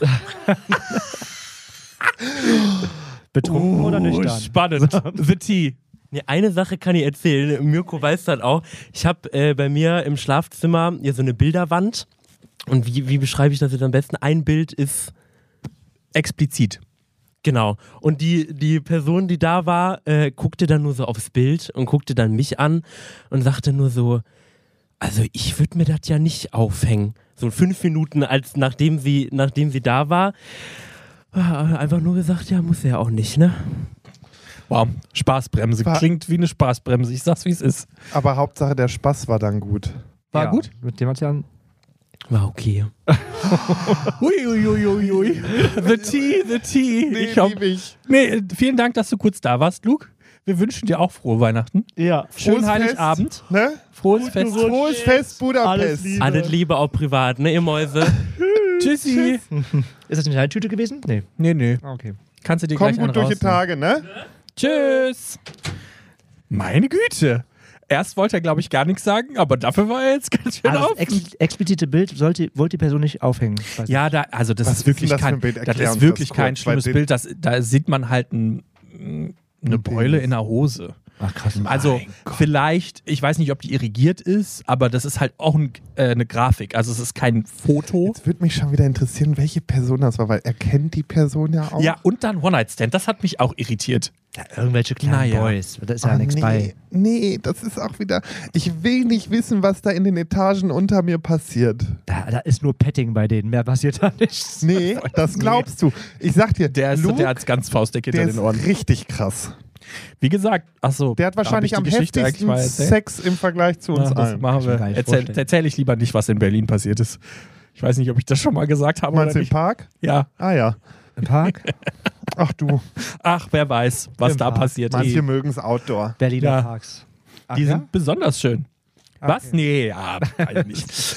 Betrunken oder nüchtern? (laughs) Spannend. The Tea. Nee, eine Sache kann ich erzählen. Mirko weiß das auch. Ich habe äh, bei mir im Schlafzimmer hier so eine Bilderwand. Und wie, wie beschreibe ich das jetzt am besten? Ein Bild ist Explizit. Genau. Und die, die Person, die da war, äh, guckte dann nur so aufs Bild und guckte dann mich an und sagte nur so, also ich würde mir das ja nicht aufhängen. So fünf Minuten, als nachdem sie, nachdem sie da war, äh, einfach nur gesagt, ja, muss er ja auch nicht, ne? Wow. Spaßbremse. War- Klingt wie eine Spaßbremse. Ich sag's, wie es ist. Aber Hauptsache, der Spaß war dann gut. War Ja, gut? Mit dem hat ja ein War okay. (laughs) Uiuiuiui. The Tea, the Tea. Nee, ich hab, lieb ich. nee, vielen Dank, dass du kurz da warst, Luke. Wir wünschen dir auch frohe Weihnachten. ja. Schönen Fest. Heiligabend. Ne? Frohes Fest. Frohes Fest, Budapest. Alles Liebe. Alles Liebe auch privat, ne, ihr Mäuse? Tschüssi. Ist das eine kleine Tüte gewesen? Nee. Nee, nee. Ah, Okay. Kannst du dir Komm gleich einen gut durch die rausnehmen. Tage, ne? Tschüss. Meine Güte. Erst wollte er, glaube ich, gar nichts sagen, aber dafür war er jetzt ganz schön Ah, auf. das ex explizite Bild sollte, wollte die Person nicht aufhängen. Ich weiß Ja, da, also das Was ist ist denn wirklich das für ein kein, Bild? das Erklär ist uns das wirklich kein kurz, schlimmes weil den- Bild. Das, da sieht man halt ein, eine Beule in der Hose. nicht. Ach krass. Also vielleicht, ich weiß nicht, ob die irrigiert ist, aber das ist halt auch ein, äh, eine Grafik. Also es ist kein Foto. Jetzt würde mich schon wieder interessieren, welche Person das war, weil er kennt die Person ja auch. Ja, und dann One-Night-Stand. Das hat mich auch irritiert. Ja, irgendwelche kleinen Naja. Boys. Da ist ja Ah, nichts nee, bei. nee, das ist auch wieder. Ich will nicht wissen, was da in den Etagen unter (laughs) mir passiert. Da, da ist nur Petting bei denen. Mehr passiert da nicht. Nee, das glaubst du. Ich sag dir, Der, ist, Luke, der hat's ganz faustdick hinter der den Ohren. ist richtig krass. Wie gesagt, ach so, Der hat da hab wahrscheinlich ich die am Geschichte eigentlich heftigsten mal erzählt. Sex im Vergleich zu uns Ja, das allen. machen wir. Kann ich mir gar nicht Erzähl, vorstellen. erzähl ich lieber nicht, was in Berlin passiert ist. Ich weiß nicht, ob ich das schon mal gesagt habe Meinst oder du im nicht. Park? Ja. Ah ja. Im Park? Ach (laughs) du, Ach, wer weiß, was Im da Park. passiert manche ist. mögen es outdoor. Berliner Ja. Parks. Ach, Die ja? sind besonders schön. Was? Nee, ja, weiß ich nicht.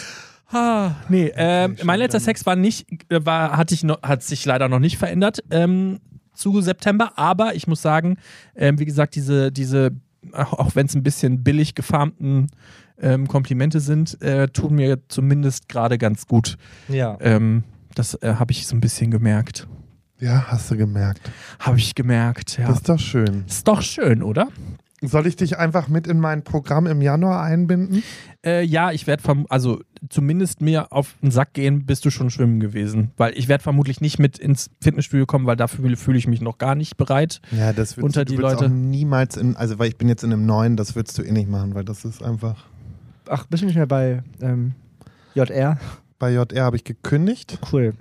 Ah, nee, ähm, mein letzter Sex war nicht, äh, war, hatte ich noch, hat sich leider noch nicht verändert ähm, zu September, aber ich muss sagen, ähm, wie gesagt, diese, diese, auch- auch wenn es ein bisschen billig gefarmten ähm, Komplimente sind, äh, tun mir zumindest gerade ganz gut. Ja. Ähm, das äh, habe ich so ein bisschen gemerkt. Ja, hast du gemerkt. Habe ich gemerkt, ja. Das ist doch schön. ist doch schön, oder? Soll ich dich einfach mit in mein Programm im Januar einbinden? Äh, ja, ich werde verm also zumindest mir auf den Sack gehen, bist du schon schwimmen gewesen. Weil ich werde vermutlich nicht mit ins Fitnessstudio kommen, weil dafür fühle ich mich noch gar nicht bereit. Ja, das würdest Unter du, die du würdest Leute. auch niemals in, also weil ich bin jetzt in einem neuen, das würdest du eh nicht machen, weil das ist einfach. Ach, bist du nicht mehr bei ähm, JR? Bei JR habe ich gekündigt Cool.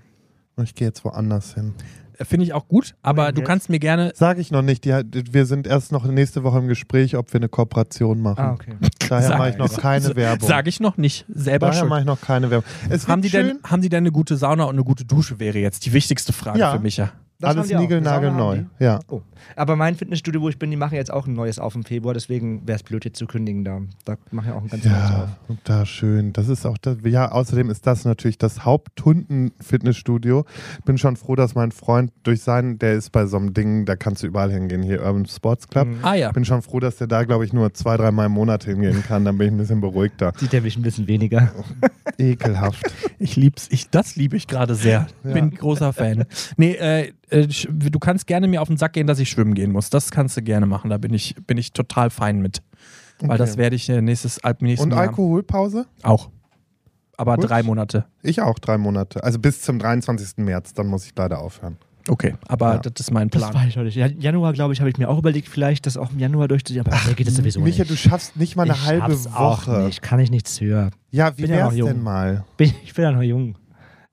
und ich gehe jetzt woanders hin. Äh, Finde ich auch gut, aber Wohin du jetzt? kannst mir gerne. Sage ich noch nicht, die, hat- wir sind erst noch nächste Woche im Gespräch, ob wir eine Kooperation machen. Ah, okay. Daher Sag- mache ich noch keine Werbung. Sage ich noch nicht. Selber Daher schuld. mache ich noch keine Werbung. Es Haben wird die, schön, denn, haben die denn eine gute Sauna und eine gute Dusche, wäre jetzt die wichtigste Frage Ja. für mich ja. Das haben alles die auch. niegelnagelneu. Sauna haben Ja. Oh. Aber mein Fitnessstudio, wo ich bin, die machen jetzt auch ein neues auf im Februar, deswegen wäre es blöd, jetzt zu kündigen da. Da machen ja auch ein ganz neues auf. Ja, und da schön. Das ist auch das. Ja, außerdem ist das natürlich das Haupthunden-Fitnessstudio. Bin schon froh, dass mein Freund durch seinen, der ist bei so einem Ding, da kannst du überall hingehen, hier Urban Sports Club. Mhm. Ah ja. Bin schon froh, dass der da, glaube ich, nur zwei, dreimal im Monat hingehen kann. Dann bin ich ein bisschen (laughs) beruhigter. Sieht der mich ein bisschen weniger. Ekelhaft. Ich lieb's, ich, das liebe ich gerade sehr. Ja. Bin großer Fan. Nee, äh, äh, sch- du kannst gerne mir auf den Sack gehen, dass ich schwimmen gehen muss. Das kannst du gerne machen. Da bin ich, bin ich total fein mit. Weil das werde ich äh, nächstes ab nächsten Und Jahr Alkoholpause? auch. Aber Gut. drei Monate. Ich auch drei Monate. Also bis zum 23. März, dann muss ich leider aufhören. Okay, aber Ja. das ist mein Das Plan. weiß ich noch nicht. Ja, Januar, glaube ich, habe ich mir auch überlegt, vielleicht das auch im Januar durchzuziehen, aber mir geht das sowieso Micha, nicht. du schaffst nicht mal eine ich halbe schaff's Woche. Auch nicht. Kann ich nichts hören. Ja, wie Bin ja noch wär's jung. denn mal? Bin, ich bin ja noch jung.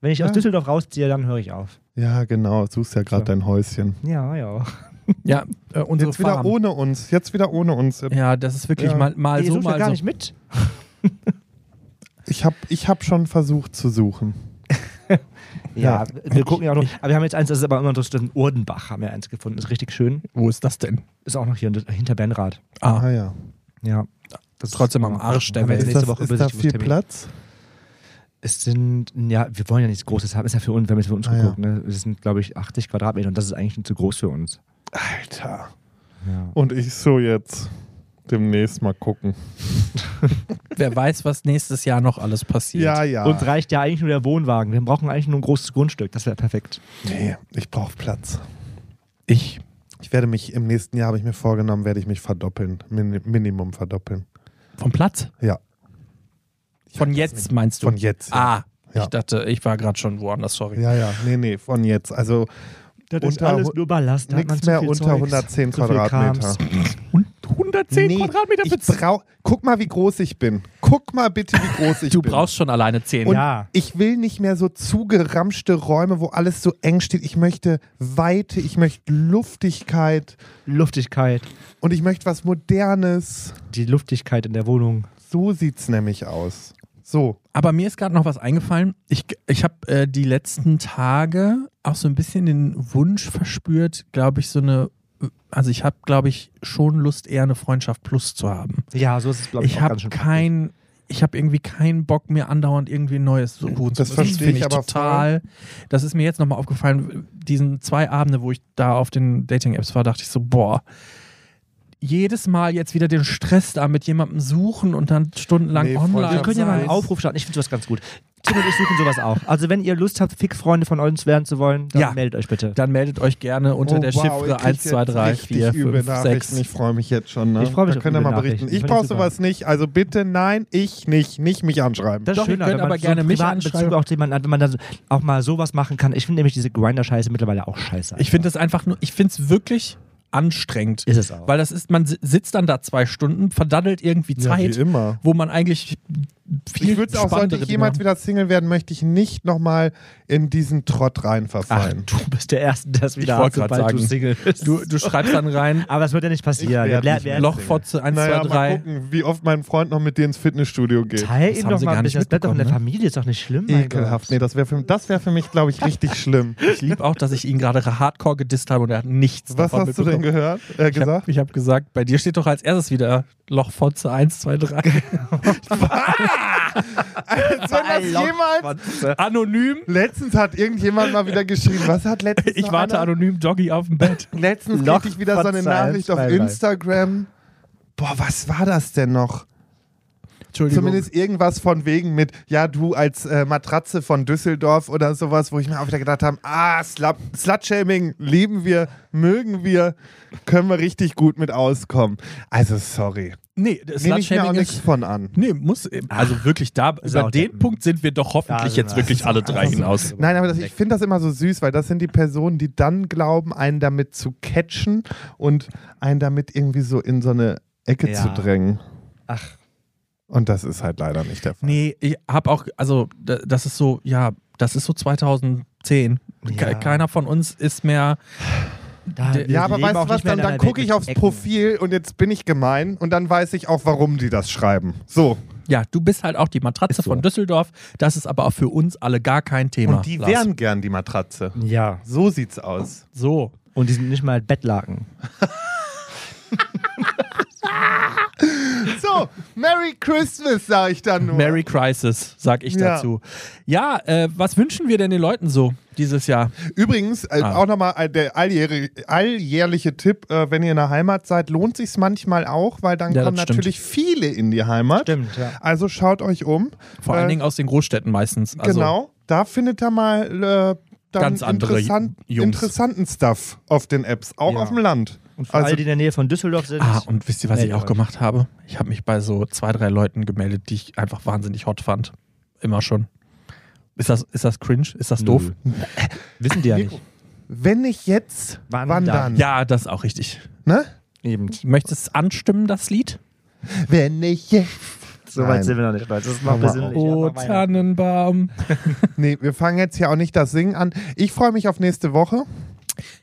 Wenn ich aus Ja. Düsseldorf rausziehe, dann höre ich auf. Ja, genau. Suchst ja gerade So. dein Häuschen. Ja, ja. Ja, äh, unsere Jetzt wieder Farm. ohne uns. Jetzt wieder ohne uns. Ja, das ist wirklich Ja. mal, mal Ihr so, sucht ja mal gar so. nicht mit. Ich habe ich hab schon versucht zu suchen. Ja, Ja. wir gucken ja auch noch. Aber wir haben jetzt eins, das ist aber immer noch das in Urdenbach, haben wir eins gefunden. Ist richtig schön. Wo ist das denn? Ist auch noch hier hinter Benrath. Ah, Ah ja. Ja. Das ist trotzdem am Arsch der Haben wir jetzt Welt. Ist, nächste das, Woche ist da viel Besichtigungstermin. Platz? Es sind, ja, wir wollen ja nichts Großes haben. Ist ja für uns, wenn wir jetzt für uns Ah, ja. gucken, ne? Es sind, glaube ich, 80 Quadratmeter und das ist eigentlich schon zu groß für uns. Alter. Ja. Und ich so jetzt demnächst mal gucken. wer weiß, was nächstes Jahr noch alles passiert. Ja, ja. Uns reicht ja eigentlich nur der Wohnwagen. Wir brauchen eigentlich nur ein großes Grundstück. Das wäre perfekt. nee, ich brauche Platz. Ich. Ich werde mich im nächsten Jahr, habe ich mir vorgenommen, werde ich mich verdoppeln. Min Minimum verdoppeln. Vom Platz? Ja. Von jetzt meinst du? Von jetzt. Ja. Ah, Ja. ich dachte, ich war gerade schon woanders, sorry. ja, ja. Nee, nee, von jetzt. Also Das ist Unter- alles nur Ballast. nichts mehr unter 110 Quadratmeter. Und 110 nee, Quadratmeter ich brau Guck mal, wie groß ich bin. Guck mal bitte, (laughs) wie groß ich Du bin. brauchst schon alleine 10. Und Ja. ich will nicht mehr so zugeramschte Räume, wo alles so eng steht. Ich möchte Weite, ich möchte Luftigkeit Luftigkeit. und ich möchte was Modernes. Die Luftigkeit in der Wohnung. So sieht's nämlich aus. So, Aber mir ist gerade noch was eingefallen. Ich, ich habe äh, die letzten Tage auch so ein bisschen den Wunsch verspürt, glaube ich, so eine. Also ich habe, glaube ich, schon Lust, eher eine Freundschaft plus zu haben. Ja, so ist es, glaube ich, ich auch habe ganz schön. kein ich habe irgendwie keinen Bock mir andauernd irgendwie ein neues so holen Hm, Das müssen. verstehe finde ich aber total. Das ist mir jetzt nochmal aufgefallen, diesen zwei Abende, wo ich da auf den Dating-Apps war, dachte ich so, boah, jedes Mal jetzt wieder den Stress da mit jemandem suchen und dann stundenlang Nee, voll online. Wir Wir können ja mal einen sein. Aufruf starten. Ich finde sowas ganz gut. Tim und ich suchen sowas auch. Also wenn ihr Lust habt, Fickfreunde von uns werden zu wollen, dann Ja. meldet euch bitte. Dann meldet euch gerne unter Oh, der wow, ihr Chiffre kriegt 1, 2, jetzt 3, richtig 4, üble 5, 6. Nachrichten. Ich freue mich jetzt schon. Ne? Ich freu mich da auf könnt ihr üble mal Nachrichten. berichten. Ich Finde ich brauche super. sowas nicht. Also bitte, nein, ich nicht. Nicht mich anschreiben. Das Doch, ihr könnt wenn man aber so gerne einen mich privaten anschreiben. Bezug auch zu jemandem hat, wenn man dann so- auch mal sowas machen kann. Ich finde nämlich diese Grinder-Scheiße mittlerweile auch scheiße. Ich finde das einfach nur, ich finde es wirklich anstrengend. Ist es auch. Weil das ist, man si- sitzt dann da zwei Stunden, verdaddelt irgendwie ja, Zeit, wie immer. wo man eigentlich viel Ich würde auch, sollte spannendere ich jemals Dinge- wieder Single werden, möchte ich nicht nochmal in diesen Trott Ach, reinverfallen. du bist der Erste, der es Ich wieder wollte hat, grad sobald du sagen. Single bist. du, du schreibst dann (laughs) rein, aber das wird ja nicht passieren. Ich werd Wir- nicht wir- mehr. Lochfotze 1, naja, 2, mal 3. gucken, wie oft mein Freund noch mit dir ins Fitnessstudio geht. Teil Das ihn haben doch sie mal gar ein nicht bisschen. Das bleibt doch in der mitbekommen, ne? Familie, ist doch nicht schlimm. mein Ekelhaft. Gott. Nee, das wäre für, das wär für mich, glaube ich, richtig schlimm. Ich (laughs) liebe auch, dass ich ihn gerade hardcore gedisst habe und er hat nichts Was davon hast du denn mitbekommen. gehört? Äh, Ich habe gesagt? ich hab gesagt, bei dir steht doch als erstes wieder Lochfotze 1, 2, 3. Als wenn das (laughs) jemals. Anonym. Letztens hat irgendjemand mal wieder geschrieben. Was hat letztens Ich noch warte einer? anonym Doggy auf dem Bett. Letztens Noch kriegte ich wieder so eine Fotze eins, Nachricht auf zwei, drei. Instagram. Boah, was war das denn noch? Entschuldigung. Zumindest irgendwas von wegen mit, ja, du als äh, Matratze von Düsseldorf oder sowas, wo ich mir auch wieder gedacht habe, ah, Slut- Slutshaming lieben wir, mögen wir, können wir richtig gut mit auskommen. Also sorry, Nee, nehme ich mir auch Slutshaming nichts ist von an. Nee, muss. Also wirklich, da, über auch den der- Punkt sind wir doch Da hoffentlich sind jetzt wir. wirklich alle drei Also, hinaus. Nein, aber das, ich finde das immer so süß, weil das sind die Personen, die dann glauben, einen damit zu catchen und einen damit irgendwie so in so eine Ecke Ja. zu drängen. Ach. Und das ist halt leider nicht der Fall. Nee, ich habe auch, also da- das ist so, ja, das ist so 2010. Ke- Ja. Keiner von uns ist mehr. Da- Ja, wir Ja, aber leben weißt auch nicht du was, mehr dann, in dann einer gucke Welt ich mit aufs Ecken. Profil und jetzt bin ich gemein und dann weiß ich auch, warum die das schreiben. So. Ja, du bist halt auch die Matratze Ist so. von Düsseldorf. Das ist aber auch für uns alle gar kein Thema. Und die Lars. wären gern die Matratze. Ja. So sieht's aus. so. Und die sind nicht mal Bettlaken. So, Merry Christmas, sag ich dann nur. Merry Crisis, sag ich Ja. dazu. Ja, äh, was wünschen wir denn den Leuten so dieses Jahr? Übrigens, äh, Ah. auch nochmal äh, der alljährige, alljährliche Tipp, äh, wenn ihr in der Heimat seid, lohnt sich's manchmal auch, weil dann Ja, das kommen stimmt. natürlich viele in die Heimat. Stimmt, ja. Also schaut euch um. Vor Äh, allen Dingen aus den Großstädten meistens. Also, Genau, da findet ihr mal äh, dann Ganz andere interessant, Jungs. interessanten Stuff auf den Apps, auch Ja. auf dem Land. Und für Also alle, die in der Nähe von Düsseldorf sind. Ah, und wisst ihr, was ich Meldet auch euch. gemacht habe? Ich habe mich bei so zwei, drei Leuten gemeldet, die ich einfach wahnsinnig hot fand. Immer schon. Ist das, ist das cringe? Ist das doof? Wissen die ja Nico. nicht. Wenn ich jetzt Wandern. wandern, Ja, das ist auch richtig. ne? Eben. Möchtest du anstimmen, das Lied? Wenn ich jetzt. So weit Nein. sind wir noch nicht. Leute. Das ist Hör noch mal auf. besinnlich. Oh, aber Weihnachten. Tannenbaum. Nee, wir fangen jetzt hier auch nicht das Singen an. Ich freue mich auf nächste Woche.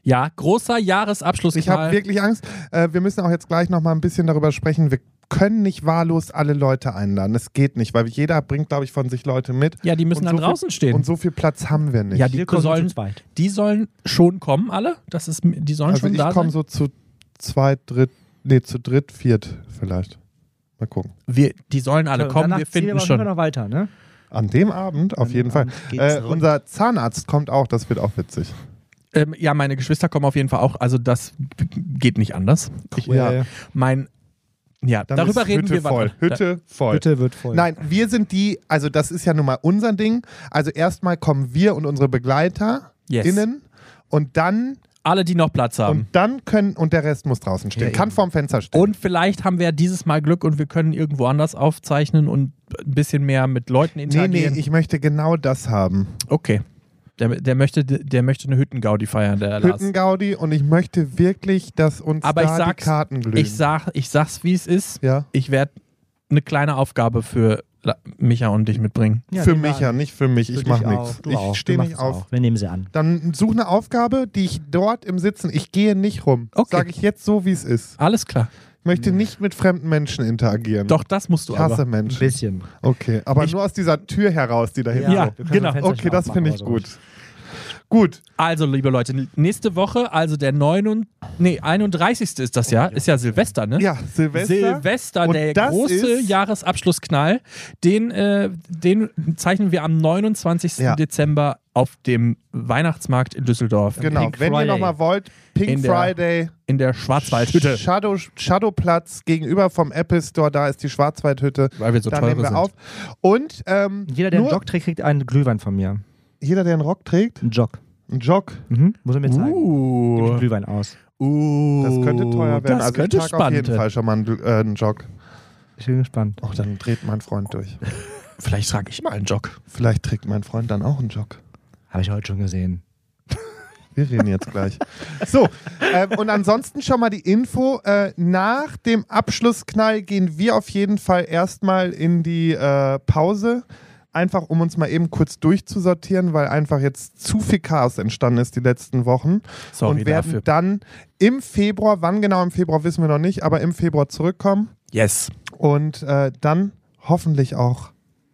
Ja, großer Jahresabschluss. Ich habe wirklich Angst. Äh, wir müssen auch jetzt gleich noch mal ein bisschen darüber sprechen. Wir können nicht wahllos alle Leute einladen. Es geht nicht, weil jeder bringt, glaube ich, von sich Leute mit. Ja, die müssen Und dann so draußen viel, stehen. Und so viel Platz haben wir nicht. Ja, die Wir kommen sollen, zu zweit. die sollen schon kommen, alle. Das ist, die sollen also schon ich da komme sein. so zu zwei, dritt, nee, zu dritt, viert vielleicht. Mal gucken. wir, die sollen alle Und kommen, danach wir ziehen finden aber auf jeden Fall schon. noch weiter, ne? An dem Abend auf An dem jeden Fall. Abend geht's Äh, rund. unser Zahnarzt kommt auch, das wird auch witzig. Ähm, ja, meine Geschwister kommen auf jeden Fall auch. Also das g- geht nicht anders. Ich, Ja. mein, ja, Dann darüber ist reden Hütte wir voll. wann- Hütte voll. Hütte wird voll. Nein, wir sind die, also das ist ja nun mal unser Ding. Also erstmal kommen wir und unsere Begleiter Yes. innen und dann Alle, die noch Platz haben. und dann können und der Rest muss draußen stehen. Ja, Kann eben. vorm Fenster stehen. Und vielleicht haben wir dieses Mal Glück und wir können irgendwo anders aufzeichnen und ein bisschen mehr mit Leuten nee, nee, interagieren. ich möchte genau das haben. okay. Der, der, möchte, der möchte eine Hüttengaudi feiern, der Lars. Hüttengaudi und ich möchte wirklich, dass uns Aber da ich die sag's, Karten glühen. ich, sag, ich sag's, wie es ist. ja. Ich werde eine kleine Aufgabe für La Micha und dich mitbringen. Ja, für nehmen wir mich ja, an. nicht für mich. Für ich dich mach auch. nichts. Du auch. Ich Du stehe machst nicht es auf. auch. Wir nehmen sie an. Dann such eine Aufgabe, die ich dort im Sitzen, ich gehe nicht rum. Okay. Sage ich jetzt so, wie es ist. Alles klar. Ich möchte nicht mit fremden Menschen interagieren. Doch, das musst du Ich hasse aber. Ein Menschen. bisschen. Okay, aber Ich- nur aus dieser Tür heraus, die da hinten Ja, so. wir können genau. ein Fensterchen Okay, das aufmachen finde oder ich so. gut. Gut. Also, liebe Leute, nächste Woche, also der 9, nee, 31. ist das ja, ist ja Silvester, ne? Ja, Silvester. Silvester, Und der das große ist- Jahresabschlussknall, den, äh, den zeichnen wir am 29. Ja. Dezember auf dem Weihnachtsmarkt in Düsseldorf Genau, Pink wenn Friday. ihr nochmal wollt, Pink In der Friday, in der Schwarzwaldhütte, Shadow, Shadowplatz gegenüber vom Apple Store, da ist die Schwarzwaldhütte. weil wir so da teure nehmen wir sind. auf. Und ähm, Jeder, der einen nur, Jog trägt, kriegt einen Glühwein von mir. jeder, der einen Rock trägt, Einen Jog. einen Jog, Mhm. Muss er mir zeigen. Gib ich Uh, Glühwein aus. uh, das könnte teuer werden. Das also könnte ich trage auf spannend jeden werden. Fall schon mal einen, äh, einen Jog. Ich bin gespannt. Auch dann dreht mein Freund durch. Vielleicht trage ich mal einen Jog. Vielleicht trägt mein Freund dann auch einen Jog. Habe ich heute schon gesehen. Wir reden jetzt gleich. (laughs) So, ähm, und ansonsten schon mal die Info. Äh, nach dem Abschlussknall gehen wir auf jeden Fall erstmal in die äh, Pause. Einfach um uns mal eben kurz durchzusortieren, weil einfach jetzt zu viel Chaos entstanden ist die letzten Wochen. Sorry und werden dafür. dann im Februar, wann genau im Februar wissen wir noch nicht, aber im Februar zurückkommen Yes. und äh, dann hoffentlich auch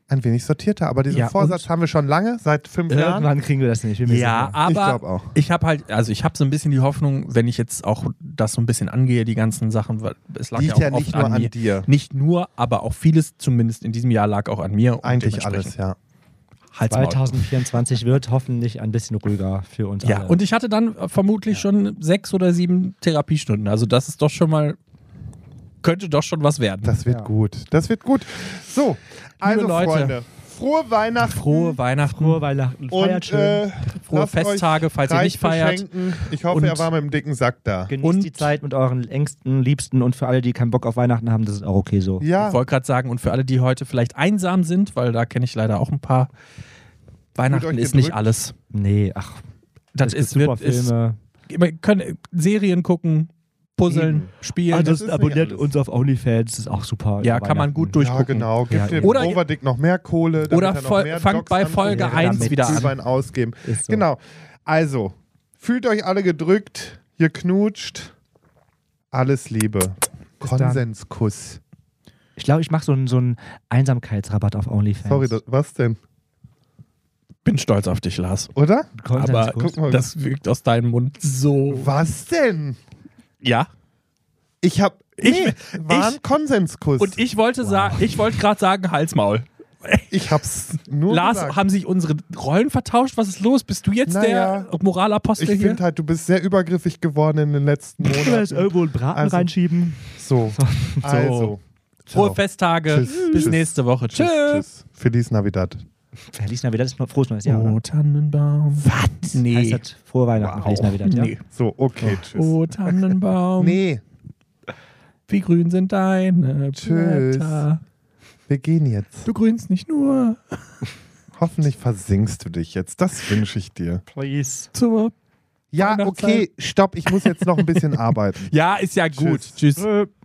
ein wenig sortierter. Aber diesen Ja, Vorsatz haben wir schon lange, seit fünf Jahren. Irgendwann kriegen wir das nicht. bin mir Ja, sicher. Ich aber glaube auch. Ich habe halt, also ich habe so ein bisschen die Hoffnung, wenn ich jetzt auch das so ein bisschen angehe, die ganzen Sachen, weil es lag Liegt ja ja auch nicht oft nur an, an mir. dir. Nicht nur, aber auch vieles zumindest in diesem Jahr lag auch an mir. und Eigentlich dementsprechend alles, ja. Halt's Maul. 2024 wird hoffentlich ein bisschen ruhiger für uns Ja, alle. und ich hatte dann äh, vermutlich schon sechs oder sieben Therapiestunden. Also das ist doch schon mal, könnte doch schon was werden. Das wird Ja. gut. Das wird gut. So, also Leute. Freunde, frohe Weihnachten. Frohe Weihnachten, Frohe Weihnachten. Feiert und schön. äh, frohe lasst euch Festtage, falls ihr reich nicht feiert. beschenken. Ich hoffe, Und- Genau. er war mit dem dicken Sack da. Genießt und- die Zeit mit euren engsten, liebsten und für alle, die keinen Bock auf Weihnachten haben, das ist auch okay so. Ich Ja, wollte gerade sagen, und für alle, die heute vielleicht einsam sind, weil da kenne ich leider auch ein paar, Weihnachten euch ist nicht gedrückt. alles. Nee, ach, Das es ist, gibt super wird, ist Filme. man kann Serien gucken, puzzeln, spielen. Ah, Also- das ist nicht alles. auf OnlyFans, das ist auch super. ja, über kann man gut Weihnachten. durchgucken. ja genau. Gibt Ja, dem oder- Overdick noch mehr Kohle. damit Oder er noch voll- mehr fangt Jobs bei anfängt. Folge Ja, 1 damit. wieder an. Glühwein ausgeben. Ist so. Genau. Also, fühlt euch alle gedrückt, geknutscht. Alles Liebe. dann. Konsenskuss. Ich glaube, ich mache so einen so einen Einsamkeitsrabatt auf OnlyFans. Sorry, das, was denn? Bin stolz auf dich, Lars. Oder? Konsens Aber gut. guck mal. das wirkt aus deinem Mund so. Was denn? Ja. Ich habe Ich- nee, war ein ich- Konsenskuss. Und ich wollte sagen, ich wollte gerade sagen, Halsmaul. ich hab's nur Lars, gesagt. haben sich unsere Rollen vertauscht? Was ist los? Bist du jetzt Naja. der Moralapostel ich hier? finde halt, du bist sehr übergriffig geworden in den letzten Jetzt Monaten. irgendwo einen Braten Also- reinschieben. so. Also. Frohe Ciao. Festtage. Tschüss, Bis tschüss. nächste Woche. Tschüss. Tschüss. Feliz Navidad. (laughs) Feliz Navidad ist noch frohes neues Jahr, oder? Tannenbaum. Was? Heißt Oh, Nee. das frohe Weihnachten, Feliz Navidad, ja? Nee. So, okay, tschüss. Oh, Tannenbaum. Nee, Wie grün sind deine Tschüss. Blätter? wir gehen jetzt. Du grünst nicht nur Hoffentlich versinkst du dich jetzt. Das wünsche ich dir. Please. zur. Ja, Weihnachtszeit. (laughs) okay, stopp. Ich muss jetzt noch ein bisschen arbeiten. Ja, ist ja gut. Tschüss. Tschüss.